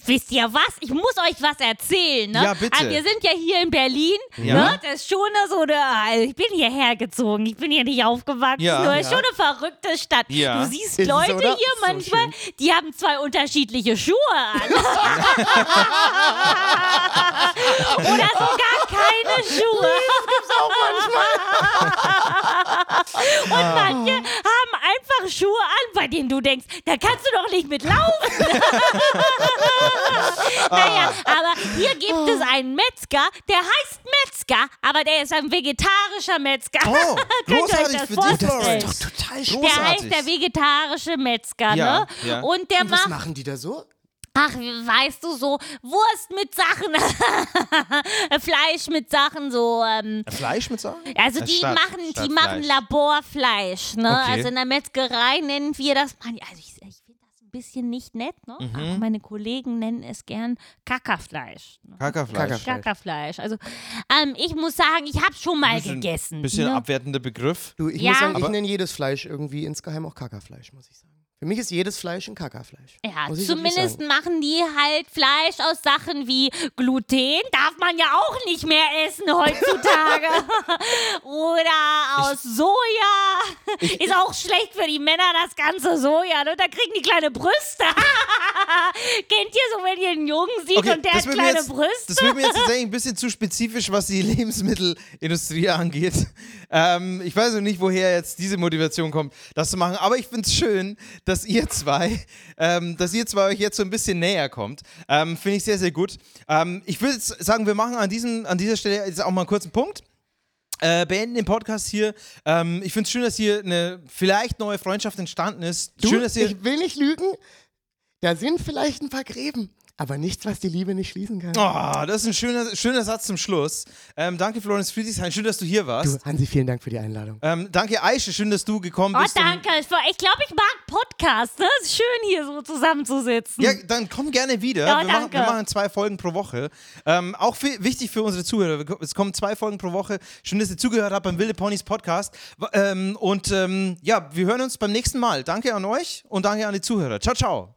wisst ihr was? Ich muss euch was erzählen, ne? Ja, bitte. Also, wir sind ja hier in Berlin, Ja. ne? Das ist schon eine so eine, also ich bin hierher gezogen, ich bin hier nicht aufgewachsen, Ja, das ist ja. schon eine verrückte Stadt. Ja. Du *laughs* siehst Ist es, Leute oder? hier So manchmal, die haben zwei unterschiedliche Schuhe *laughs* an. *laughs* Oder sogar keine Schuhe. *laughs* Und manche Ah. haben einfach Schuhe an, bei denen du denkst, da kannst du doch nicht mit laufen. *laughs* naja, Ah. aber hier gibt es einen Metzger, der heißt Metzger, aber der ist ein vegetarischer Metzger. Oh, *laughs* Könnt ihr euch großartig das für dich, vorstellen? Florence. Das ist doch total spannend. Der heißt großartig. der vegetarische Metzger, Ja, ne? ja. Und der Was macht machen die da so? Ach, weißt du, so Wurst mit Sachen, *laughs* Fleisch mit Sachen, so. Ähm, Fleisch mit Sauer? also Äh, die statt- machen, statt die machen Fleisch. Laborfleisch, ne? Okay. Also in der Metzgerei nennen wir das. Man, also ich, ich finde das ein bisschen nicht nett, ne? Mhm. Aber meine Kollegen nennen es gern Kackerfleisch. Ne? Kackerfleisch. Kackerfleisch. Kackerfleisch. Also ähm, ich muss sagen, ich habe schon mal gegessen. Bisschen ne? abwertender Begriff. Du, ich Ja. muss sagen, ich Aber- nenne jedes Fleisch irgendwie insgeheim auch Kackerfleisch, muss ich sagen. Für mich ist jedes Fleisch ein Kackerfleisch. Ja, Muss ich wirklich zumindest sagen. machen die halt Fleisch aus Sachen wie Gluten, darf man ja auch nicht mehr essen *laughs* heutzutage. Oder aus Soja. Ist auch schlecht für die Männer, das ganze Soja. Ne? Da kriegen die kleine Brüste. *laughs* Kennt ihr so, wenn ihr einen Jungen sieht und der hat wird mir kleine jetzt, Brüste? Das wird *laughs* mir jetzt tatsächlich ein bisschen zu spezifisch, was die *laughs* Lebensmittelindustrie angeht. Ähm, ich weiß noch nicht, woher jetzt diese Motivation kommt, das zu machen. Aber ich finde es schön, dass ihr zwei, ähm, dass ihr zwei euch jetzt so ein bisschen näher kommt. Ähm, finde ich sehr, sehr gut. Ähm, ich würde jetzt sagen, wir machen an, diesem, an dieser Stelle jetzt auch mal einen kurzen Punkt. Äh, beenden den Podcast hier. Ähm, ich finde es schön, dass hier eine vielleicht neue Freundschaft entstanden ist. Du, schön, dass ihr ich will nicht lügen. Da sind vielleicht ein paar Gräben, aber nichts, was die Liebe nicht schließen kann. Oh, das ist ein schöner, schöner Satz zum Schluss. Ähm, danke, Florence Friedrichshain. Schön, dass du hier Du, warst. Hansi, vielen Dank für die Einladung. Ähm, danke, Aische. Schön, dass du gekommen Oh, bist. und- danke. Ich glaube, ich mag Podcasts. Ne? Ist schön, hier so zusammenzusitzen. Ja, dann komm gerne wieder. Ja, wir, machen, wir danke. machen zwei Folgen pro Woche. Ähm, auch viel, wichtig für unsere Zuhörer. wir ko- Es kommen zwei Folgen pro Woche. Schön, dass ihr zugehört habt beim Wilde Ponys Podcast. W- Ähm, und ähm, ja, wir hören uns beim nächsten Mal. Danke an euch und danke an die Zuhörer. Ciao, ciao.